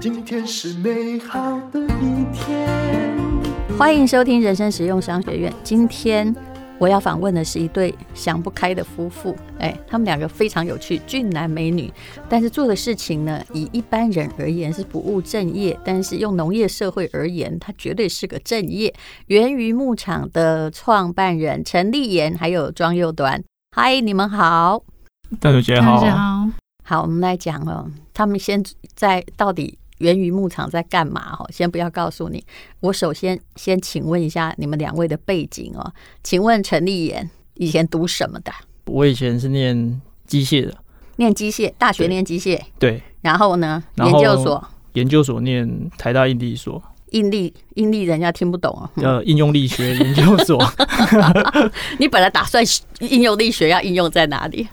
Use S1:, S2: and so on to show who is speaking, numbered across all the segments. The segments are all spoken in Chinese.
S1: 今天是美好的一天。
S2: 欢迎收听人生实用商学院。今天我要访问的是一对想不开的夫妇，哎，他们两个非常有趣，俊男美女，但是做的事情呢，以一般人而言是不务正业，但是用农业社会而言，它绝对是个正业。源于牧场的创办人陈立言，还有庄佑端，嗨，你们好。
S3: 大主
S4: 嗯
S3: 姐好，
S4: 好，
S2: 好，我们来讲哦，他们先在到底源于牧场在干嘛哦？先不要告诉你，我首先先请问一下你们两位的背景哦，请问陈立言以前读什么的？
S3: 我以前是念机械的，
S2: 念机械，大学
S3: 对
S2: 念机械，
S3: 对，
S2: 然后呢，
S3: 然
S2: 研
S3: 后
S2: 究所
S3: 研究所念台大应力所，
S2: 应力应力人家听不懂哦。
S3: 呃，应用力学研究 所。
S2: 你本来打算应用力学要应用在哪里？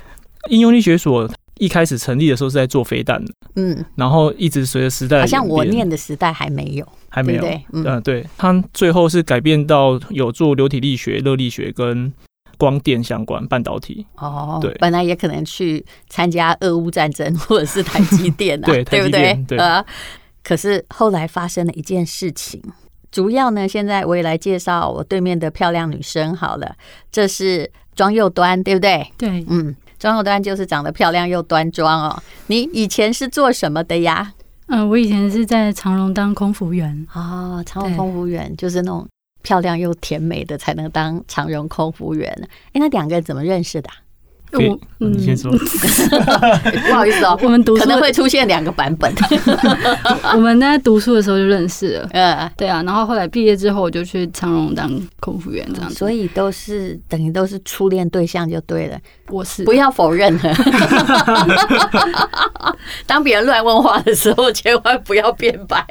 S3: 应用力学所一开始成立的时候是在做飞弹的，
S2: 嗯，
S3: 然后一直随着时代的
S2: 好像我
S3: 呃演变
S2: 念的时代还没有，
S3: 还没有，
S2: 对不对嗯
S3: 呃，对，它最后是改变到有做流体力学、热力学跟光电相关半导体，
S2: 哦，
S3: 对
S2: 本来也可能去参加俄乌战争或者是台积电 啊，
S3: 对
S2: 不
S3: 台积
S2: 对
S3: 电？对
S2: 呃，可是后来发生了一件事情，主要呢，现在我也来介绍我对面的漂亮女生好了，这是庄右端，对不对？
S4: 对，
S2: 嗯，庄右端就是长得漂亮又端庄哦。你以前是做什么的呀？
S4: 呃，我以前是在长荣当空服员，
S2: 哦，长荣
S4: 对
S2: 空服员就是那种漂亮又甜美的才能当长荣空服员。哎，那两个人怎么认识的啊、
S3: 对
S4: 我。
S2: 嗯
S3: 你 先说，
S2: 哎不好意 思哦
S4: 我们读
S2: 可
S4: 书
S2: 能会啊出现两个版本，
S4: 我们在读书的时候就认识了，
S2: 呃，
S4: 对啊，然后后来毕业之后我就去长荣当空服员这样
S2: 嗯
S4: 子，
S2: 所以都是等于都是初恋对象就对了，
S4: 我是
S2: 不要否认 了。当别人乱问话的时候，千万不要辩白。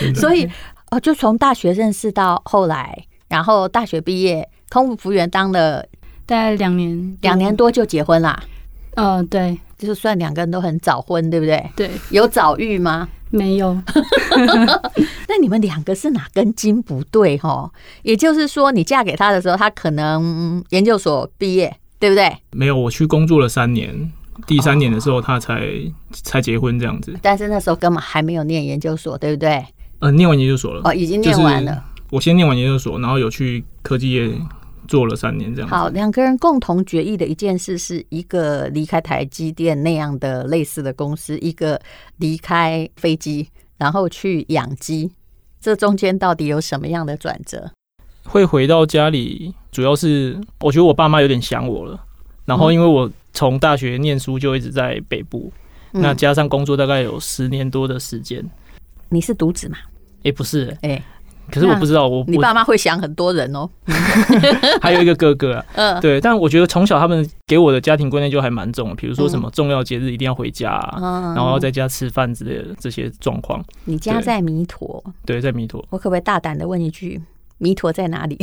S3: 真的
S2: 所以，哦，就从大学认识到后来，然后大学毕业，空服员当了
S4: 大概两年，
S2: 两年，多就结婚啦，
S4: 呃，对
S2: 就是算两个人都很早婚，对不对？
S4: 对，
S2: 有早育吗？
S4: 没有，
S2: 那你们两个是哪根筋不对哦？也就是说，你嫁给他的时候，他可能研究所毕业，对不对？
S3: 没有，我去工作了三年，第三年的时候他才、才结婚这样子，
S2: 但是那时候根本还没有念研究所，对不对？
S3: 呃，念完研究所了，
S2: 哦，已经念完了。
S3: 我先念完研究所，然后有去科技业做了三年这样子。
S2: 好，两个人共同决议的一件事，是一个离开台积电那样的类似的公司，一个离开飞机，然后去养鸡。这中间到底有什么样的转折？
S3: 会回到家里，主要是我觉得我爸妈有点想我了。然后因为我从大学念书就一直在北部，那
S2: 嗯、
S3: 加上工作大概有十年多的时间。
S2: 你是独子嘛？
S3: 诶，不是、
S2: 哎、
S3: 可是我不知道，我
S2: 你
S3: 我
S2: 爸妈会想很多人 哦。
S3: 还有一个哥哥 啊。
S2: 嗯、
S3: 对，但我觉得从小他们给我的家庭观念就还蛮重的，比如说什么重要节日一定要回家、啊，
S2: 嗯
S3: 然后要在家吃饭之类的这些状况。
S2: 你家
S3: 对
S2: 在弥陀，
S3: 对，在弥陀，
S2: 我可不可以大胆的问一句，弥陀在哪 里？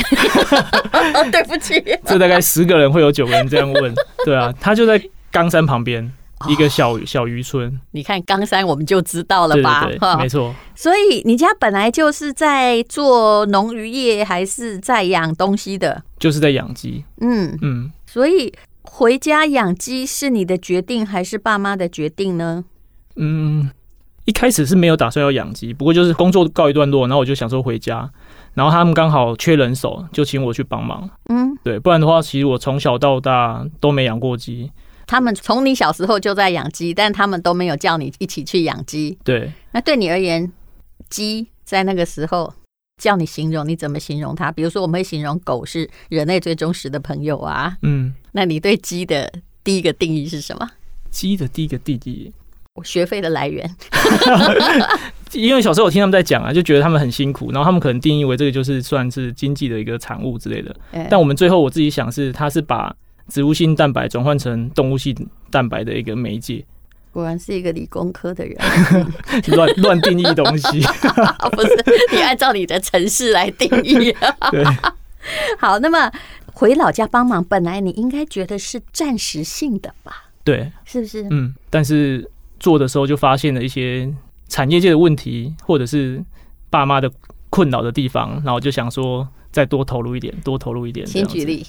S2: 对不起，
S3: 这大概十个人会有九个人这样问。 对啊，他就在冈山旁边
S2: 哦
S3: 一个小小渔村。
S2: 你看冈山我们就知道了
S3: 对
S2: 吧？
S3: 对对，
S2: 哈
S3: 没错。
S2: 所以你家本来就是在做农渔业，还是在养东西的？
S3: 就是在养鸡。
S2: 嗯，
S3: 嗯，
S2: 所以回家养鸡是你的决定，还是爸妈的决定呢？
S3: 嗯，一开始是没有打算要养鸡，不过就是工作告一段落，然后我就想说回家，然后他们刚好缺人手，就请我去帮忙。
S2: 嗯，
S3: 对，不然的话，其实我从小到大都没养过鸡。
S2: 他们从你小时候就在养鸡，但他们都没有叫你一起去养鸡。
S3: 对，
S2: 那对你而言，鸡在那个时候叫你形容，你怎么形容它？比如说，我们会形容狗是人类最忠实的朋友啊。
S3: 嗯，
S2: 那你对鸡的第一个定义是什么？
S3: 鸡的第一个弟弟，
S2: 学费的来源？
S3: 因为小时候我听他们在讲啊，就觉得他们很辛苦，然后他们可能定义为这个就是算是经济的一个产物之类的。
S2: 哎
S3: 但我们最后我自己想是，它是把植物性蛋白转换成动物性蛋白的一个 媒介，
S2: 果然是一个理工科的人。
S3: 乱乱定义东 西。
S2: 啊，不是， 你按照你的城市来定义。
S3: 对。
S2: 好，那么回老家帮忙，本来你应该觉得是暂时性的吧？
S3: 对，
S2: 是不是？
S3: 嗯，但是做的时候就发现了一些产业界的问题，或者是爸妈的困扰的地方，然后就想说再多投入一点，多投入一点。
S2: 请举，例。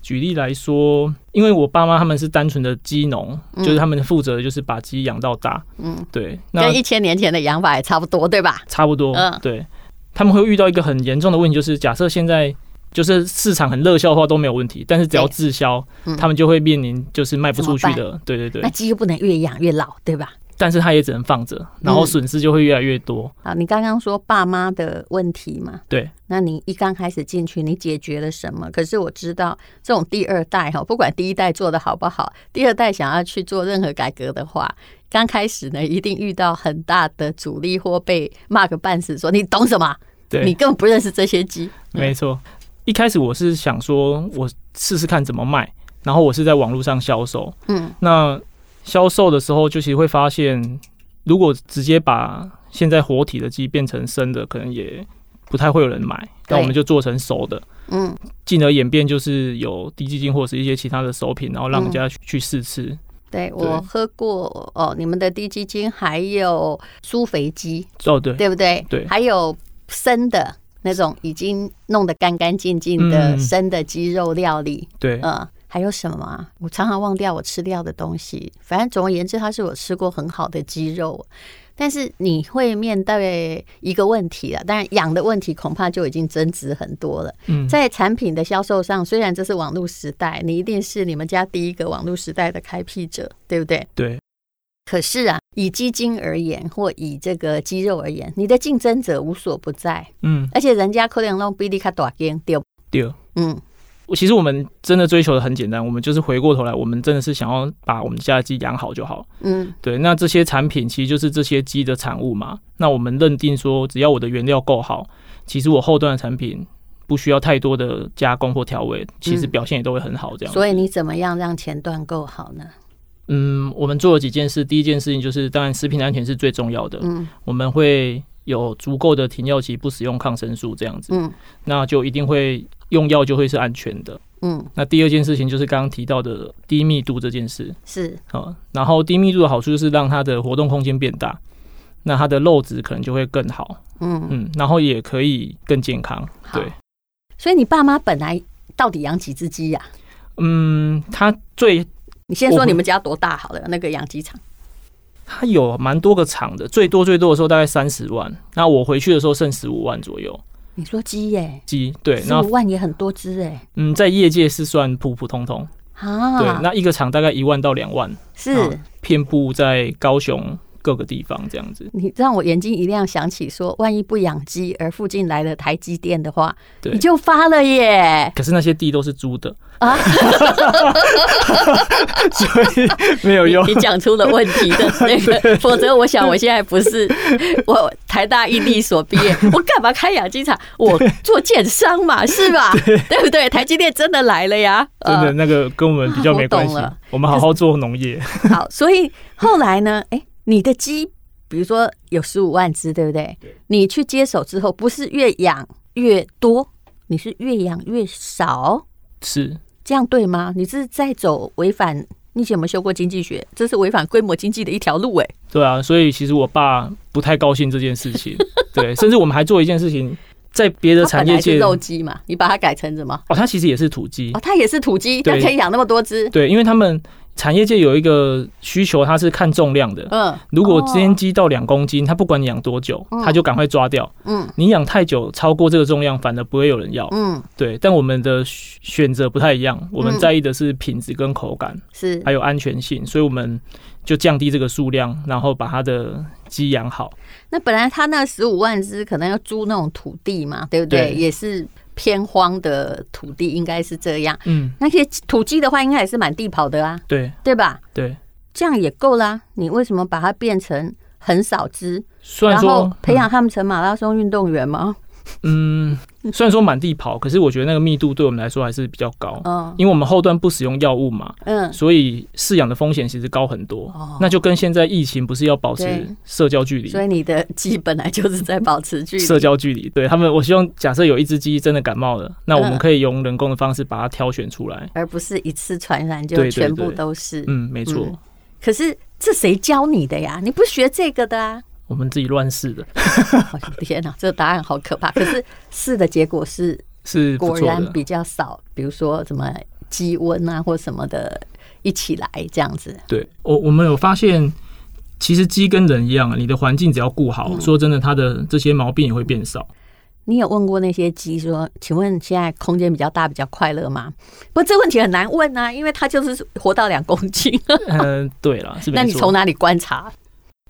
S3: 举例来说，因为我爸妈他们是单纯的鸡农，
S2: 嗯
S3: 就是他们负责的就是把鸡养到大，
S2: 嗯，
S3: 对，那
S2: 跟一千年前的养法也差不多，对吧？
S3: 差不多，
S2: 嗯
S3: 对，他们会遇到一个很严重的问题，就是假设现在。就是市场很热销的话都没有问题，但是只要
S2: 对
S3: 滞销，
S2: 嗯
S3: 他们就会面临就是卖不出去
S2: 怎
S3: 的，对对对
S2: 那。鸡又不能越养越老，对吧？
S3: 但是它也只能放着，然
S2: 嗯
S3: 后损失就会越来越多。
S2: 好，你刚刚说爸妈的问题嘛，
S3: 对，
S2: 那你一刚开始进去，你解决了什么？可是我知道这种第二代哈，不管第一代做的好不好，第二代想要去做任何改革的话，刚开始呢，一定遇到很大的阻力或被骂个半死，说你懂什么？
S3: 对，
S2: 你根本不认识这些鸡。
S3: 没错，一开始我是想说，我试试看怎么卖，然后我是在网络上销售。
S2: 嗯，
S3: 那销售的时候，就其实会发现，如果直接把现在活体的鸡变成生的，可能也不太会有人买。那我们就做成熟的，
S2: 嗯，
S3: 进而演变就是有低基金或者是一些其他的手品，然后让人
S2: 嗯
S3: 家去去试吃。
S2: 对我喝过哦，你们的低基金还有苏肥鸡，
S3: 哦，对，
S2: 对不对？
S3: 对
S2: 还有生的那种已经弄得干干净净的
S3: 嗯
S2: 生的鸡肉料理，
S3: 对，
S2: 嗯，还有什么啊？我常常忘掉我吃掉的东西。反正总而言之，它是我吃过很好的鸡肉。但是你会面对一个问题啊，当然养的问题恐怕就已经增值很多了。
S3: 嗯，
S2: 在产品的销售上，虽然这是网络时代，你一定是你们家第一个网络时代的开辟者，对不对？
S3: 对，
S2: 可是啊，以鸡精而言，或以这个鸡肉而言，你的竞争者无所不在，
S3: 嗯，
S2: 而且人家可能用比你卡大间，对不，
S3: 对。
S2: 嗯，
S3: 我其实我们真的追求的很简单，我们就是回过头来，我们真的是想要把我们家的鸡养好就好。
S2: 嗯
S3: 对，那这些产品其实就是这些鸡的产物嘛。那我们认定说，只要我的原料够好，其实我后端的产品不需要太多的加工或调味，其实表现也都会很好。这样，
S2: 嗯所以你怎么样让前段够好呢？
S3: 嗯，我们做了几件事，第一件事情就是，当然食品安全是最重要的，
S2: 嗯
S3: 我们会有足够的停药期，不使用抗生素这样子，
S2: 嗯
S3: 那就一定会用药就会是安全的。
S2: 嗯，
S3: 那第二件事情就是刚刚提到的低密度这件事，
S2: 是
S3: 啊，然后低密度的好处就是让它的活动空间变大，那它的肉质可能就会更好，
S2: 嗯
S3: 嗯，然后也可以更健康。
S2: 好
S3: 对，
S2: 所以你爸妈本来到底养几只鸡呀、
S3: 嗯，它最
S2: 你先
S3: 我
S2: 说
S3: 们
S2: 你们家多大好了，那个养鸡场。
S3: 它有蛮多个厂的，最多最多的时候大概三十万，那我回去的时候剩十五万左右
S2: 你说鸡耶、
S3: 鸡。对，
S2: 十
S3: 那
S2: 五万也很多只哎、
S3: 嗯，在业界是算普普通通。
S2: 啊，
S3: 对，那一个厂大概一万到两万，
S2: 是
S3: 啊遍布在高雄各个地方这样子。
S2: 你让我眼睛一亮，想起说，万一不养鸡，而附近来了台积电的话，
S3: 对
S2: 你就发了耶！
S3: 可是那些地都是租的
S2: 啊
S3: 啊， 所以没有
S2: 你
S3: 用。
S2: 你讲出了问题的那个，否则我想我现在不 是我台大一力所毕业，我干嘛开养鸡场？我做建商嘛，是 吧？对不对？台积电真的来了呀，
S3: 真的
S2: 呃
S3: 那个跟我们比较没关系
S2: 我懂了，
S3: 我们好好做农 业。
S2: 呃好，所以后来呢？哎、你的鸡，比如说有十五万只，对不对？你去接手之后，不是越养越多，你是越养越少，
S3: 是，
S2: 这样对吗？你这是在走违反。你以前有没有修过经济学？这是违反规模经济的一条路、哎，
S3: 对啊，所以其实我爸不太高兴这件事 情。对，甚至我们还做一件事情，在别的
S2: 它
S3: 产
S2: 本
S3: 业
S2: 来是
S3: 界，
S2: 肉
S3: 哦，
S2: 鸡嘛，你把它改成什么？
S3: 他其实也是土鸡
S2: 哦，，它也是土鸡，
S3: 对
S2: 但可以养那么多只。
S3: 对，因为他们产业界有一个需求，它是看重量的。
S2: 嗯
S3: 如果今天鸡到两公斤，它不管你养多久，它就赶快抓掉。
S2: 哦嗯
S3: 你养太久，超过这个重量，反而不会有人要。
S2: 嗯，
S3: 对，但我们的选选择不太一样，我们在意的是品质跟口感，
S2: 是
S3: 还有安全性，所以我们就降低这个数量，然后把它的鸡养好。
S2: 那本来他那十五万只可能要租那种土地嘛，对不对？
S3: 对
S2: 也是偏荒的土地，应该是这样。
S3: 嗯，
S2: 那些土鸡的话，应该也是满地跑的啊，
S3: 对
S2: 对吧？
S3: 对。
S2: 这样也够啦。你为什么把它变成很少只，
S3: 虽然
S2: 然后
S3: 说
S2: 培养他们成马拉松运动员吗？
S3: 嗯，嗯虽然说满地跑，可是我觉得那个密度对我们来说还是比较高，
S2: 嗯
S3: 因为我们后端不使用药物嘛，
S2: 嗯，
S3: 所以饲养的风险其实高很多。
S2: 哦
S3: 那就跟现在疫情不是要保
S2: 对
S3: 持社交距离
S2: 所，以你的 鸡本来就是在保持距离。
S3: 社交距离。对他们，我希望假设有一只鸡真的感冒了，那我
S2: 嗯
S3: 们可以用人工的方式把它挑选出来。
S2: 而不是一次传染
S3: 对
S2: 就
S3: 对
S2: 全部
S3: 对
S2: 都是。
S3: 嗯，没错。
S2: 嗯可是这谁教你的呀？你不学这个的啊！
S3: 我们自己乱试 的，
S2: 我的天哪，这答案好可怕。可是试的结果是
S3: 是不
S2: 果
S3: 错
S2: 然
S3: 的。
S2: 比较少，比如说什么鸡瘟啊或什么的一起来这样子。
S3: 对我我们有发现，其实鸡跟人一样啊，你的环境只要顾好，
S2: 嗯
S3: 说真的，它的这些毛病也会变少。
S2: 你有问过那些鸡说，请问现在空间比较大，比较快乐吗？不过这问题很难问啊，因为它就是活到两公斤，
S3: 嗯，对了，是没
S2: 那你
S3: 错
S2: 从哪里观察？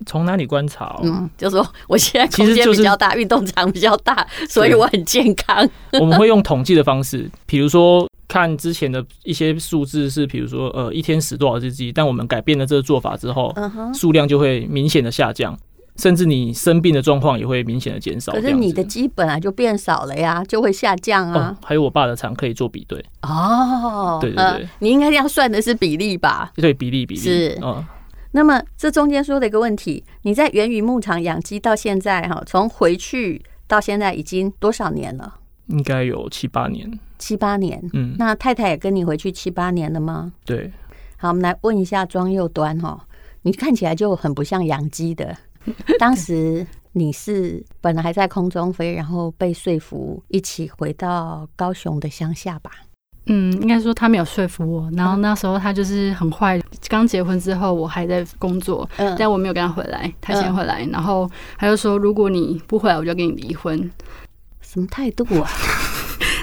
S3: 从哪里观察哦、
S2: 嗯，就说我现在
S3: 其
S2: 空
S3: 实
S2: 间
S3: 就
S2: 比
S3: 是
S2: 较大，运动场比较大，所以
S3: 对
S2: 我很健康。
S3: 我们会用统计的方式，比如说看之前的一些数字是，比如说呃一天死多少只鸡，但我们改变了这个做法之后，
S2: 嗯哼。
S3: 数量就会明显的下降，甚至你生病的状况也会明显的减少。
S2: 可
S3: 这
S2: 是
S3: 样
S2: 你
S3: 子
S2: 的鸡本来就变少了呀，就会下降
S3: 哦
S2: 啊。，
S3: 还有我爸的肠可以做比对，
S2: 哦，
S3: 对对
S2: 呃
S3: 对
S2: 你应该要算的是比例吧？
S3: 对比例比例
S2: 是
S3: 嗯，
S2: 那么这中间说的一个问题，你在源于牧场养鸡到现在哈，从回去到现在已经多少年了？
S3: 应该有七八年，
S2: 七八年。
S3: 嗯，
S2: 那太太也跟你回去七八年了吗？
S3: 对，
S2: 好，我们来问一下庄佑端哈，你看起来就很不像养鸡 的。当时你是本来还在空中飞，然后被说服一起回到高雄的乡下吧？
S4: 嗯，应该说他没有说服我。然后那时候他就是很坏，刚结婚之后我还在工作，
S2: 嗯
S4: 但我没有跟他回来，他先
S2: 嗯
S4: 回来，然后他就说如果你不回来，我就跟你离婚。
S2: 什么态度啊？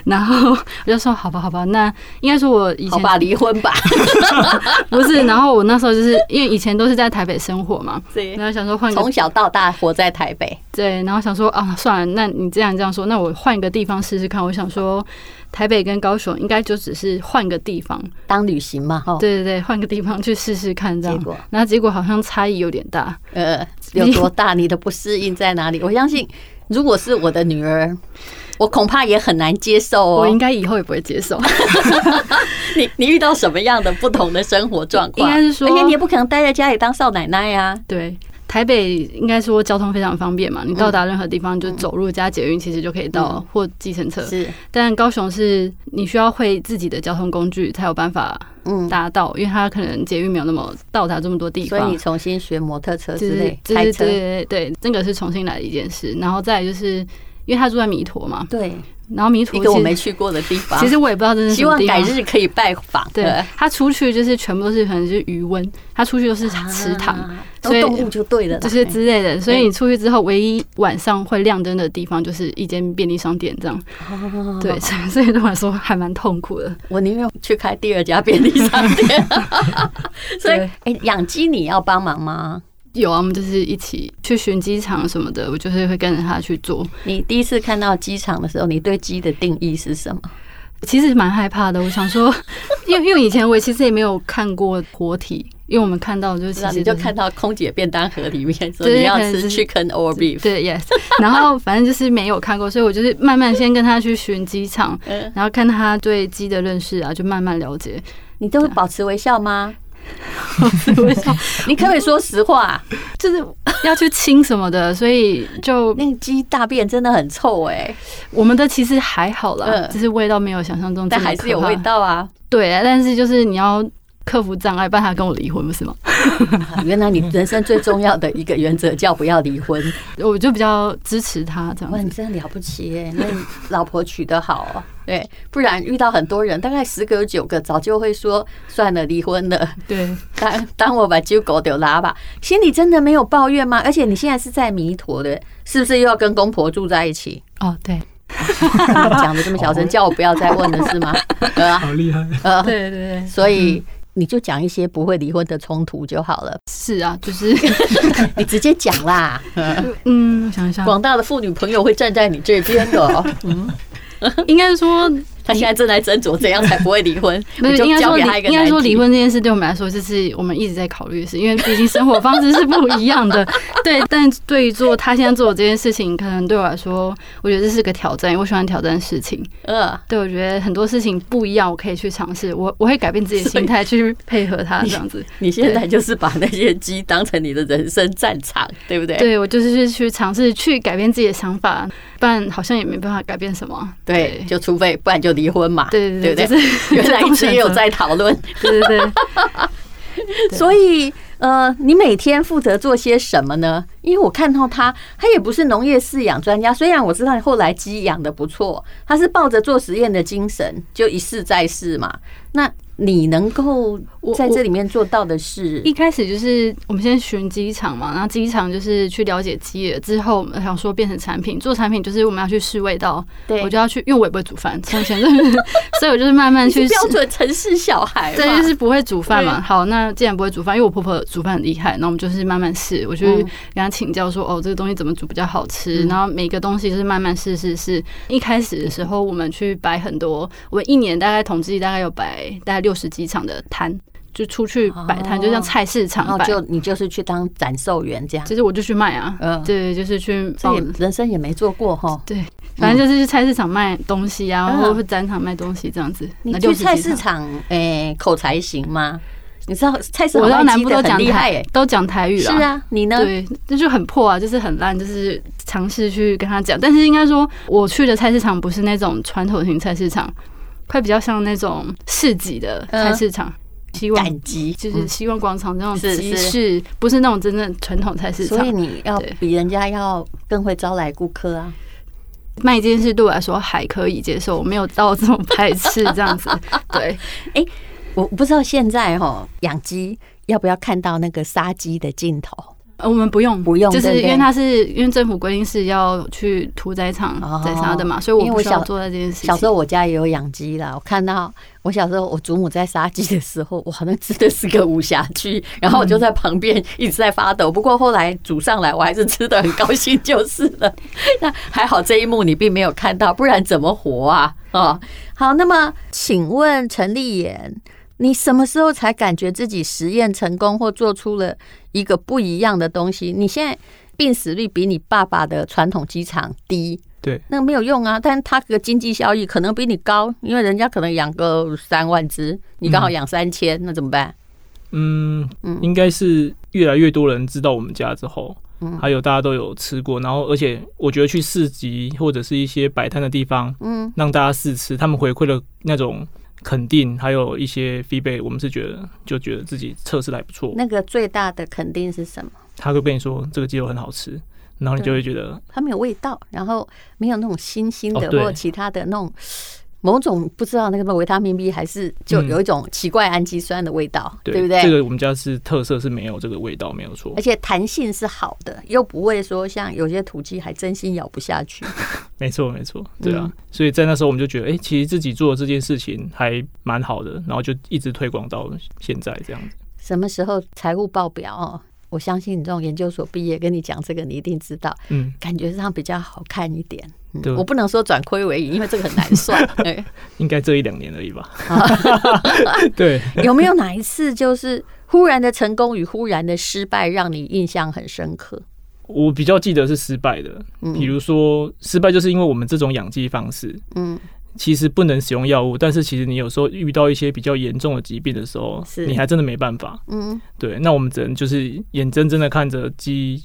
S4: 然后我就说好吧，好吧，那应该说我以
S2: 好
S4: 前
S2: 吧，离 婚吧。
S4: 不是，然后我那时候就是因为以前都是在台北生活嘛，
S2: 对
S4: 然后想说换个
S2: 从小到大活在台北，
S4: 对，然后想说啊，算了，那你这样这样说，那我换一个地方试试看。我想说，台北跟高雄应该就只是换个地方，
S2: 当旅行嘛，哈。
S4: 对对对，换个地方去试试看这
S2: 结
S4: 样。
S2: 果，
S4: 然后结果好像差异有点大，
S2: 呃，有多大？你的不适应在哪里？我相信，如果是我的女儿，我恐怕也很难接受
S4: 我应
S2: 哦。
S4: 该以后也不会 接受。
S2: 你你遇到什么样的不同的生活状况？
S4: 应该是说
S2: 而且你也不可能待在家里当少奶奶啊呀、
S4: 对，台北应该说交通非常方便嘛，你到达任何地方就走路加捷运，其实就可以到
S2: 嗯
S4: 或计程车。
S2: 是，
S4: 但高雄是你需要会自己的交通工具才有办法
S2: 嗯。
S4: 达到，因为它可能捷运没有那么到达这么多地
S2: 所以
S4: 方
S2: 你。重新学摩托车
S4: 就
S2: 之
S4: 是
S2: 类，
S4: 对
S2: 开
S4: 对
S2: 车，
S4: 对对对，这个是重新来的一件事。然后再来就是，因为他住在弥陀嘛，
S2: 对，
S4: 然后弥陀
S2: 一个我
S4: 其实
S2: 没去过的地方。
S4: 其实我也不知道真是什
S2: 希
S4: 么
S2: 望
S4: 地
S2: 改
S4: 方。
S2: 日可以拜访。呃
S4: 对，他出去就是全部都是可能是余温，他出去都是
S2: 呃，
S4: 池塘，
S2: 啊都
S4: 所以
S2: 动物就对了啦，
S4: 这些之类的。所以
S2: 对
S4: 你出去之后，唯一晚上会亮灯的地方就是一间便利商店这样。
S2: 哦
S4: 对，所以所以对我来说还蛮痛苦的。
S2: 我宁愿去开第二家便利商 店。所以，哎、养鸡你要帮忙吗？
S4: 有啊，我们就是一起去巡机场什么的，我就是会跟着他去做。
S2: 你第一次看到鸡场的时候，你对鸡的定义是什么？
S4: 其实蛮害怕的，我想说， 因为因为以前我其实也没有看过活体，因为我们看到就是其
S2: 那
S4: 实
S2: 你就看到空姐便当盒里面说
S4: 对
S2: 你要
S4: 可能
S2: 吃
S4: 就是
S2: chicken or beef，
S4: 对 yes，然 后反正就是没有看过，所以我就是慢慢先跟他去巡机场，
S2: 嗯，
S4: 然后看他对鸡的认识啊，就慢慢了解。
S2: 你都会保持微笑吗？ 你可不可以说实话？
S4: 就是要去清什么的，所以就
S2: 那个鸡大便真的很臭哎、
S4: 我们的其实还好啦，
S2: 嗯
S4: 只是味道没有想象中这
S2: 但
S4: 么
S2: 还是有
S4: 可怕
S2: 味。道 啊！
S4: 对啊，但是就是你要克服障碍，不然他跟我离婚不是吗？
S2: 啊原来你人生最重要的一个原则叫不要离婚，
S4: 我就比较支持他这
S2: 哇，
S4: 样
S2: 你
S4: 子。
S2: 真的了不起耶！那你老婆娶得好 哦，对，不然遇到很多人，大概十个有九个早就会说算了，离婚了，
S4: 对，
S2: 当当我把酒狗丢拉吧，心里真的没有抱怨吗？而且你现在是在弥陀的，是不是又要跟公婆住在一起？
S4: 哦对，
S2: 你讲的这么 小声，叫我不要再问了是吗？呃
S3: 好厉害。
S2: 呃，
S4: 对对对。
S2: 所以。你就讲一些不会离婚的冲突就好了，
S4: 是啊，就是，
S2: 你直接讲 啦，
S4: 嗯，我想一下，
S2: 广大的妇女朋友会站在你这边的、哦。
S4: 应该说，
S2: 他现在正在斟酌怎样才不会离 婚，
S4: 不
S2: 你
S4: 是
S2: 就
S4: 应该
S2: 交
S4: 说
S2: 给
S4: 离
S2: 他一，个
S4: 应该说
S2: 难题
S4: 离婚这件事对我们来说，就是我们一直在考虑的事，因为毕竟生活方式是不一样 的。对，但对于做他现在做的这件事情，可能对我来说，我觉得这是个挑战，因为我喜欢挑战事情。
S2: 呃，
S4: 对，我觉得很多事情不一样，我可以去尝试，我我会改变自己的心态去配合他这样子。
S2: 你现在就是把那些鸡当成你的人生战场，对不对？
S4: 对我就是去去尝试去改变自己的想法，不然好像也没办法改变什么。
S2: 对，就除非不然就离婚嘛，
S4: 对对
S2: 对
S4: 对，
S2: 不
S4: 就
S2: 对？
S4: 是
S2: 原来一
S4: 这种
S2: 直
S4: 选
S2: 也有
S4: 择
S2: 在讨论，
S4: 对对对。对
S2: 所以呃，你每天负责做些什么呢？因为我看到他，他也不是农业饲养专家，虽然我知道后来鸡养的不错，他是抱着做实验的精神，就一试再试嘛。那你能够
S4: 我
S2: 在这里面做到的是，
S4: 一开始就是我们先寻机场嘛，然后机场就是去了解鸡了之后，想说变成产品，做产品就是我们要去试味道，
S2: 对
S4: 我就要去，因为我也不会煮饭，从前就是， 所以我就是慢慢
S2: 你是
S4: 去
S2: 标准城市小孩 嘛，
S4: 这就是不会煮饭嘛。
S2: 对
S4: 好，那既然不会煮饭，因为我婆婆煮饭很厉害，那我们就是慢慢试。我就
S2: 嗯
S4: 跟她请教说，哦，这个东西怎么煮比较好吃？
S2: 嗯
S4: 然后每个东西就是慢慢试试试。一开始的时候，我们去摆很多，我一年大概统计大概有摆大概六十几场的摊，就出去摆摊，
S2: 哦
S4: 就像菜市
S2: 然
S4: 场
S2: 后
S4: 摆。
S2: 就你就是去当展售员这样，
S4: 其实我就去卖啊，
S2: 嗯
S4: 对，就是去
S2: 这
S4: 帮
S2: 也人生也没做过哈。
S4: 对，反正就是去菜市场卖东西啊，
S2: 嗯
S4: 然后展场卖东西这样子。
S2: 你
S4: 那
S2: 去
S4: 60几
S2: 菜市
S4: 场
S2: 场，诶、口才行吗？你知道菜市
S4: 我
S2: 场卖
S4: 到南
S2: 鸡
S4: 部
S2: 的
S4: 都
S2: 很
S4: 讲
S2: 厉害、
S4: 台
S2: 欸，，
S4: 都讲台语
S2: 是
S4: 啦。
S2: 啊，你呢？
S4: 对，那就很破啊，就是很烂，就是尝试去跟他讲。但是应该说，我去的菜市场不是那种传统型菜市场，快比较像那种市集的菜市场，希
S2: 嗯
S4: 望
S2: 赶集嗯
S4: 就是希望广场那种
S2: 是
S4: 集
S2: 是
S4: 市，不是那种真正传统菜市
S2: 所以
S4: 场。
S2: 你要
S4: 对
S2: 比人家要更会招来顾客啊。
S4: 卖这件事对我来说还可以接受，我没有到这么排斥这 样子。对，
S2: 我我不知道现在哈养鸡要不要看到那个杀鸡的镜头
S4: 呃我们不用
S2: 不用
S4: 就
S2: 对
S4: 是
S2: 不对
S4: 因为它是因为政府规定是要去屠宰场
S2: 哦
S4: 宰杀的嘛，所以我
S2: 因为
S4: 不
S2: 我
S4: 需要
S2: 小
S4: 做到这件事情。
S2: 小时候我家也有养鸡啦，我看到我小时候我祖母在杀鸡的时候，哇，那真的是个武侠剧，然后我就在
S4: 嗯
S2: 旁边一直在发抖。不过后来煮上来，我还是吃的很高兴就是了。那还好这一幕你并没有看到，不然怎么活啊？啊，好，那么请问陈立言。你什么时候才感觉自己实验成功或做出了一个不一样的东西？你现在病死率比你爸爸的传统机场低，
S3: 对，
S2: 那个没有用啊，但它的经济效益可能比你高，因为人家可能养个三万只，你刚好养三千，那怎么办？
S3: 嗯
S2: 嗯，
S3: 应该是越来越多人知道我们家之后
S2: 嗯，
S3: 还有大家都有吃过，然后而且我觉得去市集或者是一些摆摊的地方，
S2: 嗯，
S3: 让大家试吃，他们回馈了那种肯定，还有一些 feedback，我们是觉得就觉得自己测试的还不错，
S2: 那个最大的肯定是什么？
S3: 他会跟你说这个鸡肉很好吃，然后你就会觉得
S2: 它没有味道，然后没有那种新兴的
S3: 哦对
S2: 或其他的那种某种不知道那个什么维他命 B 还是就有一种奇怪氨基酸的味道，对不对？哎
S3: 这个我们家是特色是没有这个味道，没有错
S2: 而，且弹性是好的，又不会说像有些土鸡还真心咬不下 去。
S3: 没错没错，对啊，
S2: 嗯
S3: 所以在那时候我们就觉得，哎、其实自己做的这件事情还蛮好的，然后就一直推广到现在这样子。
S2: 什么时候财务报表哦？我相信你这种研究所毕业，跟你讲这个，你一定知道。
S3: 嗯，
S2: 感觉上比较好看一点。嗯
S3: 对
S2: 我不能说转亏为盈，因为这个很难 算。对
S3: 应该这一两年而已吧。
S2: 啊
S3: 对，
S2: 有没有哪一次就是忽然的成功与忽然的失败让你印象很深刻？
S3: 我比较记得是失败的，比如说失败就是因为我们这种养鸡方式，
S2: 嗯，
S3: 其实不能使用药物，但是其实你有时候遇到一些比较严重的疾病的时候
S2: 是，
S3: 你还真的没办法。
S2: 嗯
S3: 对，那我们只能就是眼睁睁的看着鸡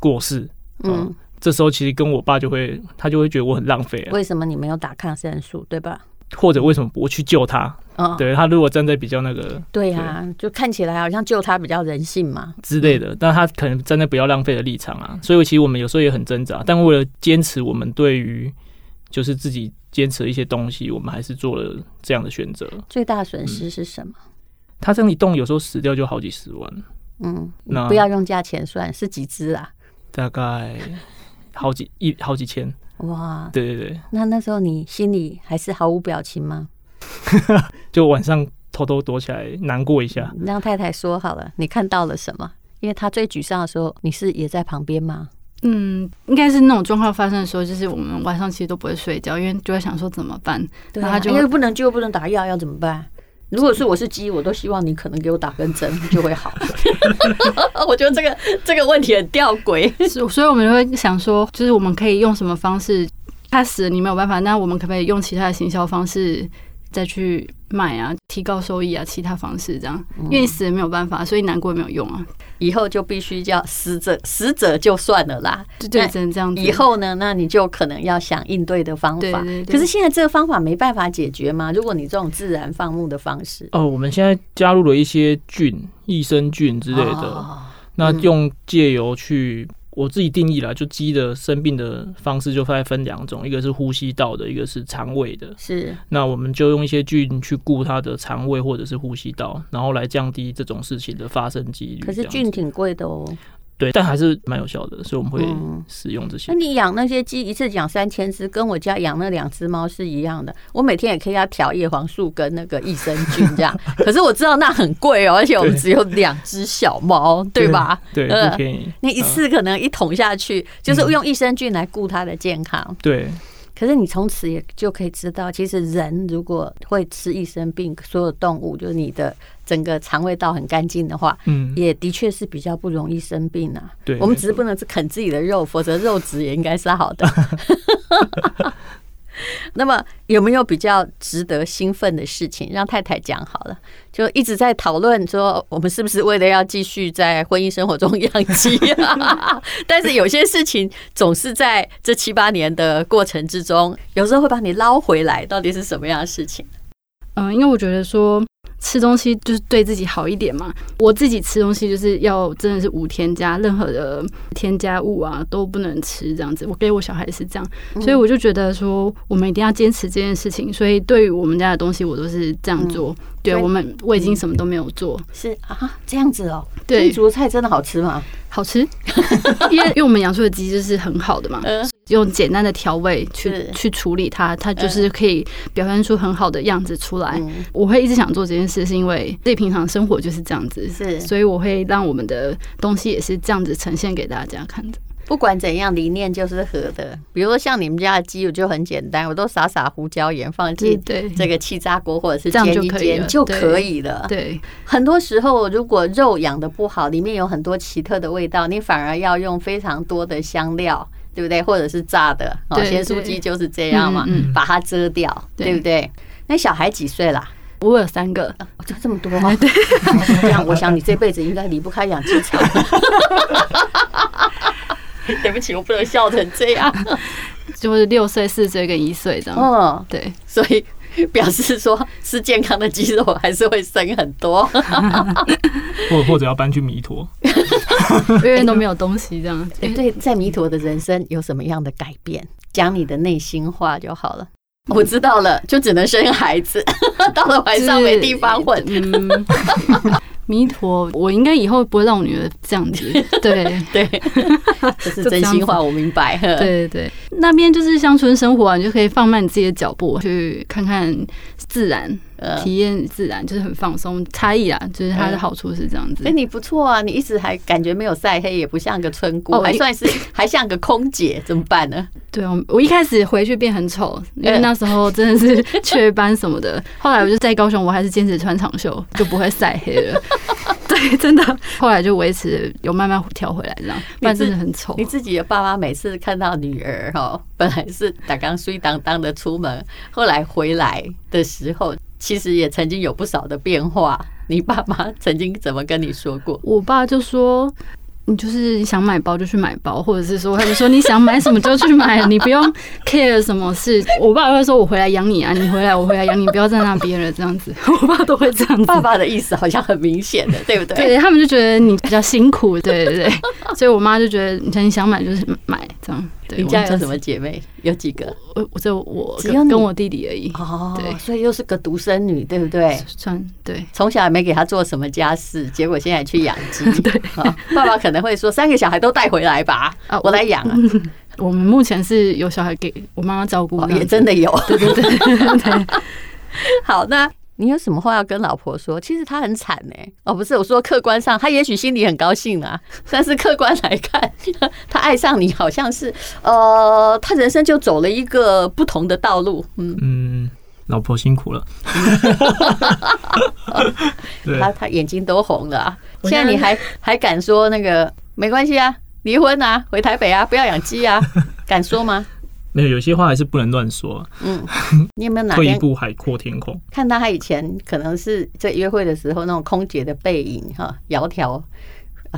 S3: 过世。
S2: 嗯，
S3: 嗯这时候其实跟我爸就会，他就会觉得我很浪费啊，
S2: 为什么你没有打抗生素，对吧？
S3: 或者为什么我去救他？
S2: 嗯，
S3: 对他如果站在比较那个
S2: 对啊，就看起来好像救他比较人性嘛。
S3: 之类的，但他可能站在不要浪费的立场啊，所以其实我们有时候也很挣扎，但为了坚持我们对于就是自己坚持的一些东西，我们还是做了这样的选择。
S2: 最大损失是什么？
S3: 他这样一动，有时候死掉就好几十万，
S2: 嗯，
S3: 那
S2: 不要用价钱算，是几只啊？
S3: 大概好几一好几千，
S2: 哇，
S3: 对对对，
S2: 那那时候你心里还是毫无表情吗？
S3: 就晚上偷偷躲起来难过一
S4: 啊
S3: 下，
S2: 你让太太说好了，你看到了什么？因为她最沮丧的时候，你是也在旁边吗？
S4: 嗯，应该是那种状况发生的时候，就是我们晚上其实都不会睡觉，因为就会想说怎么办。
S2: 对
S4: 然
S2: 啊，
S4: 后就
S2: 因为不能救，不能打药，要怎么办？如果是我是鸡，我都希望你可能给我打根针就会 好。 我觉得这个这个问题很吊诡。
S4: 所所以我们就会想说，就是我们可以用什么方式，他死了你没有办法，那我们可不可以用其他的行销方式？再去卖啊，提高收益啊，其他方式这样，因为你死也没有办法，所以难过也没有用啊，
S2: 以后就必须叫死者，死者就算了啦。
S4: 就对，
S2: 那
S4: 只能这样子。
S2: 以后呢，那你就可能要想应对的方法。
S4: 嗯对对
S2: 可
S4: 对
S2: 是现在这个方法没办法解决吗？如果你这种自然放牧的方式
S3: 哦，我们现在加入了一些菌、益生菌之类的，
S2: 哦
S3: 那
S2: 嗯
S3: 用借由去。我自己定义啦，就鸡的生病的方式就大概分两种，一个是呼吸道的，一个是肠胃的。
S2: 是
S3: 那我们就用一些菌去顾它的肠胃或者是呼吸道，然后来降低这种事情的发生几率。
S2: 可
S3: 这
S2: 是
S3: 样子
S2: 菌挺贵的哦。
S3: 对，但还是蛮有效的，所以我们
S2: 嗯
S3: 会使用这些。
S2: 那你养那些鸡，一次养三千只，跟我家养那两只猫是一样的。我每天也可以要调叶黄素跟那个益生菌这样，可是我知道那很贵哦，而且我们
S3: 对
S2: 只有两只小猫，对吧？？
S3: 对，啊
S2: 呃
S3: 不便宜。
S2: 你一次可能一桶下去，就是用益生菌来顾它的健康。
S3: 对，
S2: 可是你从此也就可以知道，其实人如果会吃益生病，所有动物就是你的整个肠胃道很干净的话，
S3: 嗯，
S2: 也的确是比较不容易生病啊。
S3: 对。
S2: 我们
S3: 没
S2: 只是
S3: 错
S2: 不能只啃自己的肉，否则肉质也应该是好的。 那么有没有比较值得兴奋的事情？让太太讲好了，就一直在讨论说我们是不是为了要继续在婚姻生活中养鸡、啊？ 但是有些事情总是在这七八年的过程之中，有时候会把你捞回来，到底是什么样的事情？
S4: 嗯，因为我觉得说吃东西就是对自己好一点嘛。我自己吃东西就是要真的是无添加，任何的添加物啊都不能吃这样子。我给我小孩是这样，所以我就觉得说我们一定要坚持这件事情。所以对于我们家的东西，我都是这样做。对
S2: 对
S4: 我们，我已经什么都没有做，
S2: 是啊，这样子哦。
S4: 对
S2: 你煮的菜真的好吃吗？
S4: 好吃，因为因为我们养出的鸡就是很好 的嘛。
S2: 嗯
S4: 用简单的调味去
S2: 是
S4: 去处理它，它就是可以表现出很好的样子出来。
S2: 嗯，
S4: 我会一直想做这件事，是因为自己平常生活就是这样子，
S2: 是
S4: 所以我会让我们的东西也是这样子呈现给大家看的。
S2: 不管怎样，理念就是合的。比如说像你们家的鸡，我就很简单，我都撒撒胡椒盐，放
S4: 对
S2: 进
S4: 对
S2: 这个气炸锅或者是
S4: 这样
S2: 煎
S4: 就
S2: 一
S4: 可以了
S2: 煎就
S4: 对
S2: 可以了。
S4: 对
S2: 很多时候，如果肉养的不好，里面有很多奇特的味道，你反而要用非常多的香料，对不对？或者是炸的，哦，
S4: 对
S2: 咸酥
S4: 对
S2: 鸡就是这样嘛，
S4: 嗯
S2: 把它遮掉，
S4: 对
S2: 对不对？那小孩几岁啦？
S4: 我有三 个，
S2: 哦就这么多、对，这样 我想你这辈子应该离不开养鸡 场。对不起，我不能笑成这样。
S4: 就是六岁、四岁跟一岁这样。
S2: 嗯，
S4: 对，
S2: 所以表示说吃健康的鸡肉还是会生很 多。
S3: 或或者要搬去弥陀。
S4: 永远都没有东西这样。
S2: 你哎对在弥陀的人生有什么样的改变？讲你的内心话就好了。我知道了，就只能生孩子， 到了晚上没地方混。
S4: 嗯， 弥陀，我应该以后不会让我女儿这样子。对。
S2: 对， 这是真心话，我明白。呵，
S4: 对对对，那边就是乡村生活啊，你就可以放慢你自己的脚步，去看看自然，
S2: 呃
S4: 体验自然，就是很放松。差异啊，就是它的好处是这样子
S2: 哎，。你不错啊，你一直还感觉没有晒黑，也不像个村姑，
S4: 哦
S2: 还算是还像个空姐，怎么办呢？
S4: 对，我我一开始回去变很丑，因为
S2: 嗯
S4: 那时候真的是 雀斑什么的。后来我就在高雄，我还是坚持穿长袖，就不会晒黑了。 对，真的。后来就维持有慢慢调回来这样，不然真的很丑
S2: 你。自己的爸妈每次看到女儿哦， 本来是打刚睡当当的出门，后来回来的时候，其实也曾经有不少的变化。你爸妈曾经怎么跟你说 过？
S4: 我爸就说。你就是想买包就去买包，或者是说，他就说你想买什么就去买，你不用 care 什么事。我爸会说，我回来养你啊，你回来我回来养你，不要在那边了，这样子。我爸都会这样子。
S2: 爸爸的意思好像很明显的，对不对？
S4: 对他们就觉得你比较辛苦，对对对，所以我妈就觉得你想买就是买这样。对
S2: 你家有什？
S4: 我们
S2: 么姐妹？有几个？
S4: 就是我我只有我
S2: 只有
S4: 跟
S2: 你
S4: 跟我弟弟而已，
S2: 哦
S4: 对
S2: 所以又是个独生女，对不对？
S4: 算对
S2: 从小也没给她做什么家事，结果现在去养鸡。 对、爸爸可能会说：“三个小孩都带回来吧，
S4: 啊
S2: 我来养啊。
S4: 我们目前是有小孩给我妈妈照顾
S2: 哦”
S4: 这样子，
S2: 也真的 有。
S4: 对对对对。
S2: 好，那你有什么话要跟老婆说？其实她很惨哎、哦，不是，我说客观上，她也许心里很高兴啦、 但是客观来看， 她爱上你好像是，呃，她人生就走了一个不同的道路。嗯，
S3: 嗯，老婆辛苦了。 对，
S2: 她她眼睛都红了、啊。
S4: 我
S2: 现
S4: 现在
S2: 在你还还敢说那个没关系啊，离婚啊，回台北啊，不要养鸡啊，敢说吗？
S3: 没有有些话还是不能乱说啊，
S2: 嗯，你有没有哪
S3: 退一
S2: 天
S3: 步海阔天空。
S2: 看到他以前可能是在约会的时候那种空姐的背影哈，窈窕。啊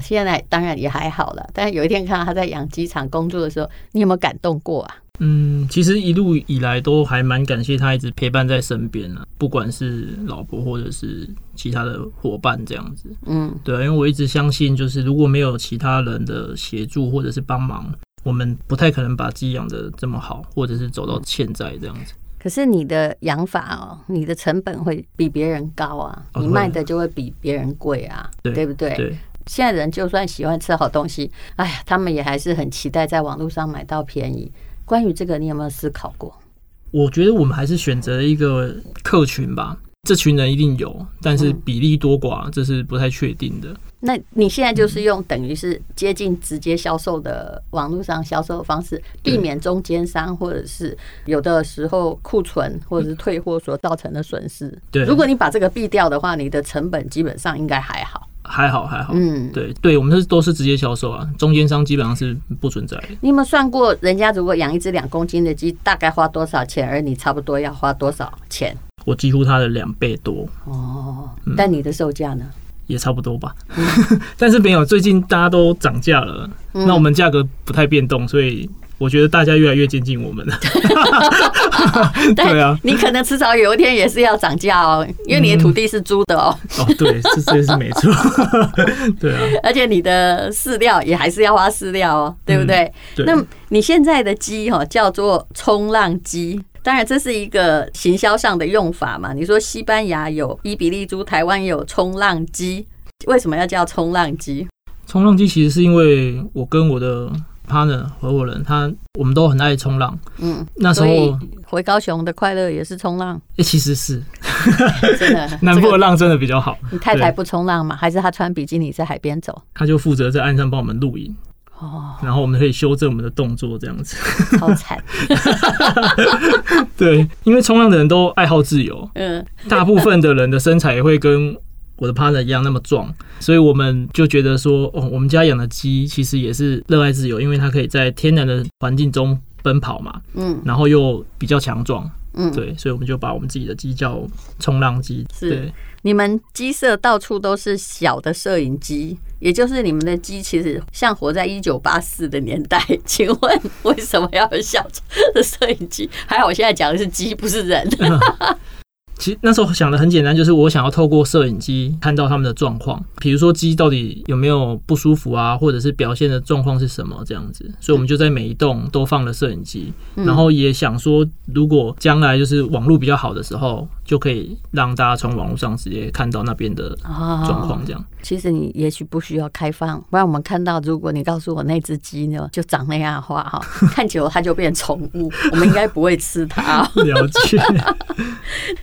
S2: 现在当然也还好了，但是有一天看到他在养鸡场工作的时候，你有没有感动过啊？
S3: 嗯，其实一路以来都还蛮感谢他一直陪伴在身边啊，不管是老婆或者是其他的伙伴这样子。
S2: 嗯
S3: 对啊，因为我一直相信，就是如果没有其他人的协助或者是帮忙，我们不太可能把鸡养的这么好，或者是走到现在这样子。
S2: 可是你的养法哦，你的成本会比别人高啊，
S3: 哦
S2: 你
S3: 会
S2: 卖的就会比别人贵啊，
S3: 对
S2: 不对？
S3: 对，
S2: 现在人就算喜欢吃好东西，哎呀，他们也还是很期待在网络上买到便宜。关于这个，你有没有思考过？
S3: 我觉得我们还是选择一个客群吧，这群人一定有，但是比例多寡这是不太确定的。
S2: 那你现在就是用等于是接近直接销售的网络上销售的方式，避免中间商或者是有的时候库存或者是退货所造成的损失。
S3: 对
S2: 如果你把这个避掉的话，你的成本基本上应该还好。
S3: 还好还好，
S2: 嗯，
S3: 对对，我们是都是直接销售啊，中间商基本上是不存在的。
S2: 你有没有算过，人家如果养一只两公斤的鸡，大概花多少钱，而你差不多要花多少钱？
S3: 我几乎它的两倍多，
S2: 哦，
S3: 嗯
S2: 但你的售价呢？
S3: 也差不多吧。 但是没有，最近大家都涨价了，
S2: 嗯
S3: 那我们价格不太变动，所以我觉得大家越来越接近 我们了。 对啊，
S2: 你可能迟早有一天也是要涨价哦，因为你的土地是租的哦，
S3: 哦，对，这这是没错。 对啊，
S2: 而且你的饲料也还是要花饲料哦，对不对？
S3: 嗯对。
S2: 那你现在的鸡哈、哦、叫做冲浪鸡，当然这是一个行销上的用法嘛。你说西班牙有伊比利猪，台湾有冲浪鸡，为什么要叫冲浪鸡？
S3: 冲浪机其实是因为我跟我的 partner 合伙人，他我们都很爱冲浪。
S2: 嗯，
S3: 那时
S2: 所
S3: 候，
S2: 以
S3: 哎、
S2: 回高雄的快乐也是冲浪，
S3: 其实是
S2: 真 的。
S3: 南部
S2: 这
S3: 的
S2: 个
S3: 浪真的比较好，
S2: 你太太不冲浪吗？还是她穿比基尼在海边走？
S3: 他就负责在岸上帮我们录影，
S2: 哦，
S3: 然后我们可以修正我们的动作这样子。
S2: 超 惨。
S3: 对，因为冲浪的人都爱好自由，
S2: 嗯，
S3: 大部分的人的身材也会跟。我的 partner 一样那么壮，所以我们就觉得说，哦，我们家养的鸡其实也是热爱自由，因为它可以在天然的环境中奔跑嘛，
S2: 嗯
S3: 然后又比较强壮，
S2: 嗯
S3: 对，所以我们就把我们自己的鸡叫冲浪鸡，
S2: 是
S3: 对，
S2: 你们鸡舍到处都是小的摄影机，也就是你们的鸡其实像活在一九八四的年代。请问为什么要有小的摄影机？还好我现在讲的是鸡，不是人。
S3: 其实那时候想的很简单，就是我想要透过摄影机看到他们的状况，比如说鸡到底有没有不舒服啊，或者是表现的状况是什么这样子。所以我们就在每一栋都放了摄影机，然后也想说，如果将来就是网络比较好的时候，就可以让大家从网络上直接看到那边的状况这样。
S2: 哦其实你也许不需要开放，不然我们看到，如果你告诉我那只鸡呢就长那样的话哈， 看久了它就变宠物，我们应该不会吃它哦。
S3: 了解，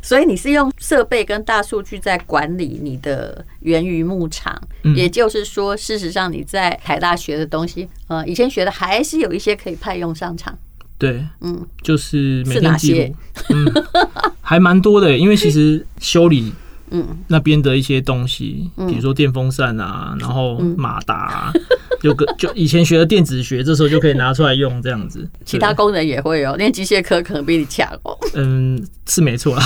S2: 所以你是用设备跟大数据在管理你的源于牧场，
S3: 嗯
S2: 也就是说，事实上你在台大学的东西，呃，以前学的还是有一些可以派用上场。
S3: 对，
S2: 嗯，
S3: 就是每
S2: 是哪
S3: 天记
S2: 些
S3: 录，嗯，还蛮多的耶，因为其 实修理
S2: 嗯，
S3: 那边的一些东西，比如说电风扇啊，然后
S2: 嗯
S3: 马达、啊，就跟就以前学的电子学，这时候就可以拿出来用这样子。
S2: 其他
S3: 对
S2: 工人也会哦，念机械科可能比你强哦。
S3: 嗯是没错啦，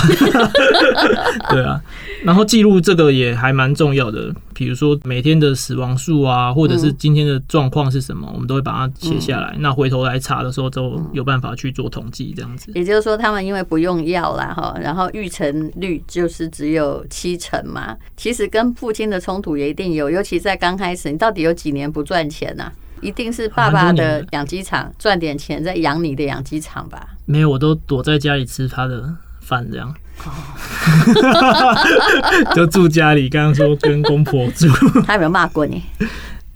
S3: 对啊。然后记录这个也还蛮重要的，比如说每天的死亡数啊，或者
S2: 嗯
S3: 是今天的状况是什么，我们都会把它写下来。那回头来查的时候，都
S2: 嗯
S3: 有办法去做统计这样子。
S2: 也就是说，他们因为不用药啦哈，然后育成率就是只有七成嘛。其实跟父亲的冲突也一定有，尤其在刚开始，你到底有几年不赚钱呐、一定是爸爸
S3: 蛮多年
S2: 的
S3: 的
S2: 养鸡场赚点钱，再养你的养鸡场吧。
S3: 没有，我都躲在家里吃他的饭这样。哦 就住家里，刚刚说跟公婆住，
S2: 他有没有骂过你？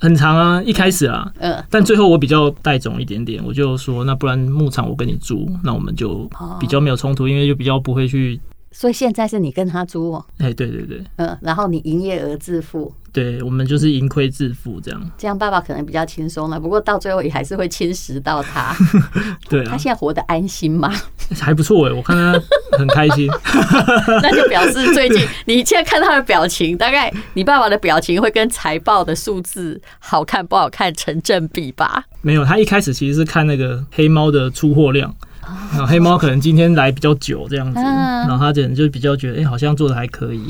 S3: 很长啊，一开始啊，
S2: 嗯、
S3: 但最后我比较带种一点点，我就说那不然牧场我跟你租，那我们就比较没有冲突，因为就比较不会去，
S2: 所以现在是你跟他租哦，
S3: 哎、对对对
S2: 嗯，然后你营业额自负，
S3: 对，我们就是盈亏自负这样，
S2: 这样爸爸可能比较轻松了。不过到最后也还是会侵蚀到他，
S3: 对啊
S2: 他，现在活得安心吗？
S3: 还不错哎，我看他很开心。
S2: 那就表示最近你现在看他的表情，大概你爸爸的表情会跟财报的数字好看不好看成正比吧？
S3: 没有，他一开始其实是看那个黑猫的出货量，然后黑猫可能今天来比较久这样子，
S2: 嗯
S3: 然后他可能就比较觉得，哎、好像做的还可以。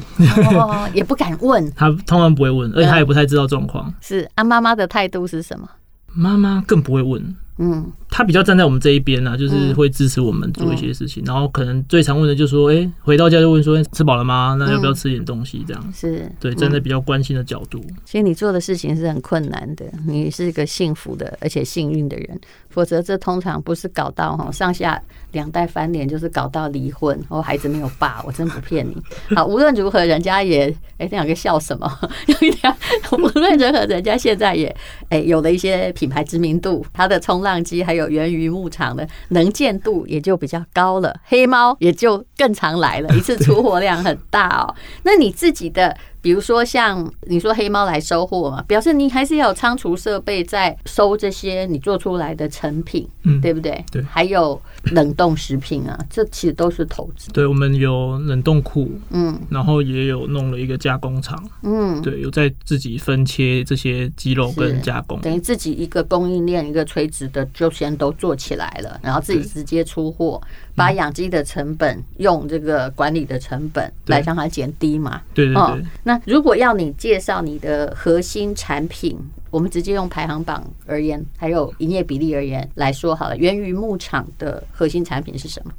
S2: 哦，也不敢问。
S3: 他通常不会问，而且他也不太知道状况。
S2: 是啊，妈妈的态度是什么？
S3: 妈妈更不会问，
S2: 嗯，
S3: 他比较站在我们这一边呢、就是会支持我们做一些事情。然后可能最常问的就是说，哎、回到家就问说，诶吃饱了吗？那要不要吃点东西？这样。
S2: 是
S3: 对，站在比较关心的角度，
S2: 所以你做的事情是很困难的，你是一个幸福的而且幸运的人，否则这通常不是搞到哈上下两代翻脸，就是搞到离婚，哦，孩子没有爸，我真不骗你。好，无论如何，人家也哎，两个笑什么？有一点，无论如何，人家现在也哎有了一些品牌知名度，它的冲浪机还有源于牧场的能见度也就比较高了，黑猫也就更常来了，一次出货量很大哦。那你自己的，比如说像你说黑猫来收货嘛，表示你还是要有仓储设备在收这些你做出来的成品，
S3: 嗯
S2: 对不对？
S3: 对
S2: 还有冷冻食品啊，这其实都是投资。
S3: 对我们有冷冻库，
S2: 嗯
S3: 然后也有弄了一个加工厂，
S2: 嗯，
S3: 对，有在自己分切这些鸡肉跟加工，
S2: 等于自己一个供应链一个垂直的就先都做起来了，然后自己
S3: 对
S2: 直接出货，把养鸡的成本用这个管理的成本
S3: 对
S2: 来让它减低嘛。
S3: 对对
S2: 哦
S3: 对，，
S2: 那如果要你介绍你的核心产品，我们直接用排行榜而言，还有营业比例而言来说好了。源于牧场的核心产品是什么？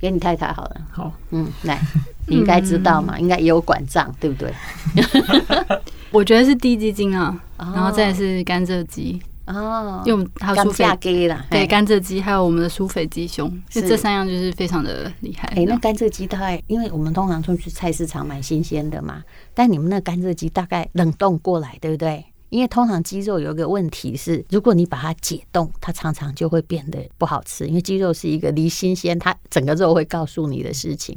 S2: 给你太太好了，
S3: 好，
S2: 嗯， 来，你应该知道嘛，应该也有管账，对不对？
S4: 我觉得是低基金啊，
S2: 哦
S4: 然后再来是甘蔗鸡，
S2: 哦，
S4: 因为我们还有
S2: 干
S4: 苏
S2: 架
S4: 菲，
S2: 给啦，
S4: 对
S2: 嘿
S4: 甘蔗鸡，还有我们的苏菲鸡胸，就是这三样就是非常的厉害。
S2: 哎、那甘蔗鸡大概，因为我们通常出去菜市场买新鲜的嘛，但你们那甘蔗鸡大概冷冻过来，对不对？因为通常鸡肉有一个问题是，如果你把它解冻，它常常就会变得不好吃，因为鸡肉是一个离新鲜，它整个肉会告诉你的事情。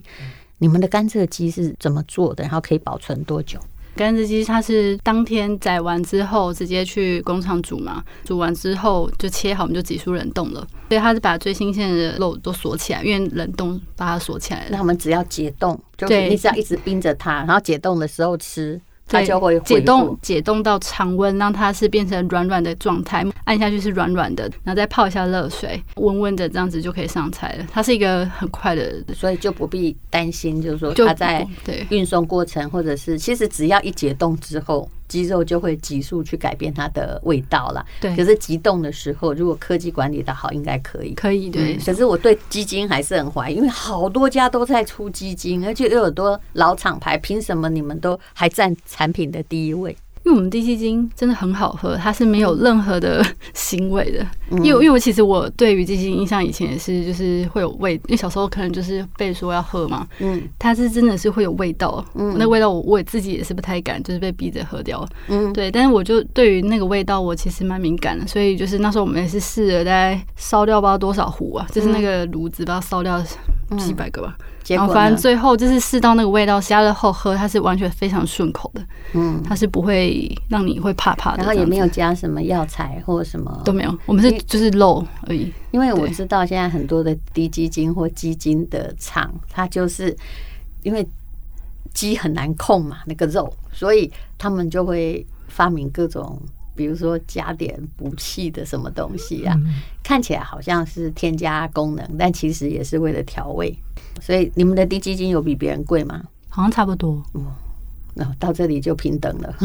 S2: 你们的甘蔗鸡是怎么做的？然后可以保存多久？
S4: 甘蔗鸡它是当天宰完之后直接去工厂煮嘛，煮完之后就切好，我们就急速冷冻了。所以它是把最新鲜的肉都锁起来，因为冷冻把它锁起来
S2: 那
S4: 了。
S2: 我们只要解冻，就是
S4: 对
S2: 你只要一直冰着它，然后解冻的时候吃，它
S4: 对
S2: 就会
S4: 解
S2: 恢复
S4: 冻，解冻到常温，让它是变成软软的状态，按下去是软软的，然后再泡一下热水，温温的这样子就可以上菜了。它是一个很快的，
S2: 所以就不必担心，就是说
S4: 就
S2: 它在
S4: 对
S2: 运送过程，或者是其实只要一解冻之后，鸡肉就会急速去改变它的味道啦。
S4: 对
S2: 可是急冻的时候，如果科技管理的好，应该可以。
S4: 可以对
S2: 嗯，可是我对鸡精还是很怀疑，因为好多家都在出鸡精，而且又有很多老厂牌，凭什么你们都还占产品的第一位？
S4: 因为我们低基精真的很好喝，它是没有任何的腥味的。
S2: 嗯
S4: 因为因为我其实我对于低基精印象以前也是就是会有味，因为小时候可能就是被说要喝嘛，
S2: 嗯
S4: 它是真的是会有味道，那味道我我自己也是不太敢，就是被逼着喝掉。
S2: 嗯，
S4: 对，但是我就对于那个味道，我其实蛮敏感的，所以就是那时候我们也是试了，大概烧掉不知道多少壶啊，就是那个炉子，不知道烧掉几百个吧。
S2: 嗯结
S4: 然
S2: 果
S4: 后反
S2: 呢
S4: 正？最后就是试到那个味道，加热后喝，它是完全非常顺口的，
S2: 嗯，
S4: 它是不会让你会怕怕的，
S2: 然后也
S4: 这样
S2: 没
S4: 子
S2: 有加什么药材或什么
S4: 都没有，我们是
S2: 因为
S4: 就是肉而已。
S2: 因为我
S4: 对
S2: 知道现在很多的低基金或基金的厂，它就是因为鸡很难控嘛，那个肉，所以他们就会发明各种，比如说加点补气的什么东西啊，看起来好像是添加功能，但其实也是为了调味。所以你们的低基金有比别人贵吗？
S4: 好像差不多，
S2: 那、到这里就平等了。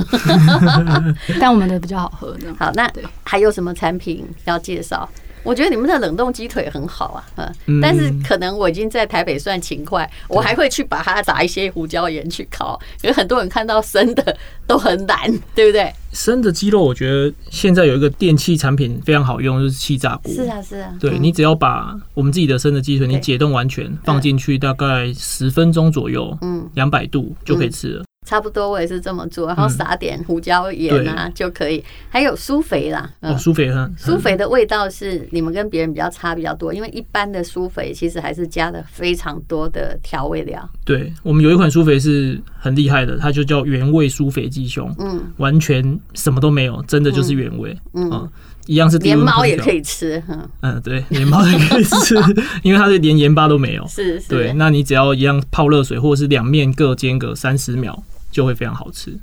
S4: 但我们的比较好喝，这样
S2: 好，那
S4: 对
S2: 还有什么产品要介绍？我觉得你们的冷冻鸡腿很好啊，嗯，
S3: 嗯
S2: 但是可能我已经在台北算勤快，我还会去把它撒一些胡椒盐去烤，因为很多人看到生的都很难， 对不对？
S3: 生的鸡肉，我觉得现在有一个电器产品非常好用，就是气炸锅。
S2: 是啊，是啊，
S3: 对
S2: 嗯
S3: 你只要把我们自己的生的鸡腿，你
S2: 对
S3: 解冻完全放进去，大概十分钟左右，
S2: 嗯
S3: 两百度就可以吃了。
S2: 差不多我也是这么做，然
S3: 嗯
S2: 后撒点胡椒盐啊就可以。还有苏肥啦，
S3: 哦，
S2: 嗯，
S3: 苏肥很
S2: 苏肥的味道是你们跟别人比较差比较多，因为一般的苏肥其实还是加了非常多的调味料。
S3: 对我们有一款苏肥是很厉害的，它就叫原味苏肥鸡胸，
S2: 嗯
S3: 完全什么都没有，真的就是原味，
S2: 嗯，
S3: 嗯，一样是低
S2: 连
S3: 温
S2: 猫
S3: 烹
S2: 也
S3: 调
S2: 可，以吃，嗯，
S3: 嗯，对，连猫也可以吃， 因为它是连盐巴都没有，
S2: 是是。
S3: 对，那你只要一样泡热水，或者是两面各煎个三十秒，就会非常好吃。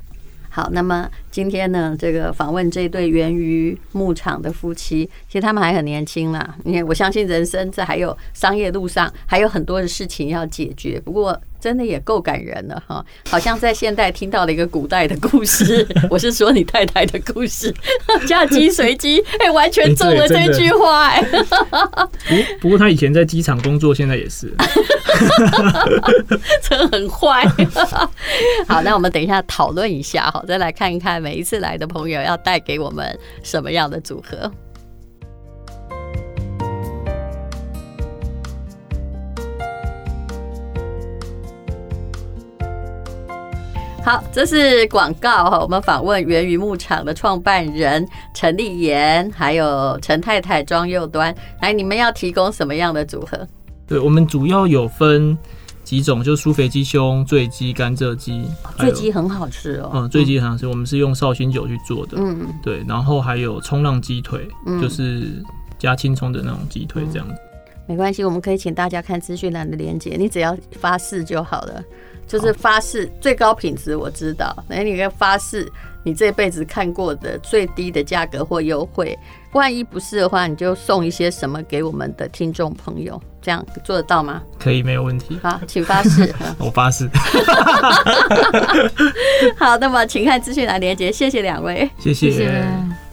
S2: 好，那么今天呢，这个访问这对源于牧场的夫妻，其实他们还很年轻啦，因为我相信人生在还有商业路上还有很多的事情要解决，不过真的也够感人了哈，好像在现代听到了一个古代的故 事，我是说你太太的故事， 嫁鸡随鸡，哎、完全中了
S3: 哎对
S2: 这
S3: 真的
S2: 句话、哎。
S3: 不不过他以前在机场工作，现在 也是。
S2: 真很坏。 好，那我们等一下讨论一下哈，再来看一看每一次来的朋友要带给我们什么样的组合。好，这是广告哈。我们访问源于牧场的创办人陈立言，还有陈太太庄佑端。来，你们要提供什么样的组合？
S3: 对，我们主要有分几种，就是苏肥鸡胸、醉鸡、甘蔗鸡。还
S2: 醉
S3: 有
S2: 鸡很好吃哦。
S3: 嗯，醉鸡好像是我们是用绍兴酒去做的。
S2: 嗯，
S3: 对，然后还有冲浪鸡腿，
S2: 嗯
S3: 就是加青葱的那种鸡腿这样子。
S2: 没关系，我们可以请大家看资讯栏的链接，你只要发誓就好了。就是发誓最高品质我知道，那你要发誓你这辈子看过的最低的价格或优惠，万一不是的话，你就送一些什么给我们的听众朋友，这样做得到吗？
S3: 可以，没有问题。
S2: 好，请发誓。嗯
S3: 我发誓，
S2: 好，那么请看资讯栏链接，谢谢两位。
S3: 谢
S4: 谢谢。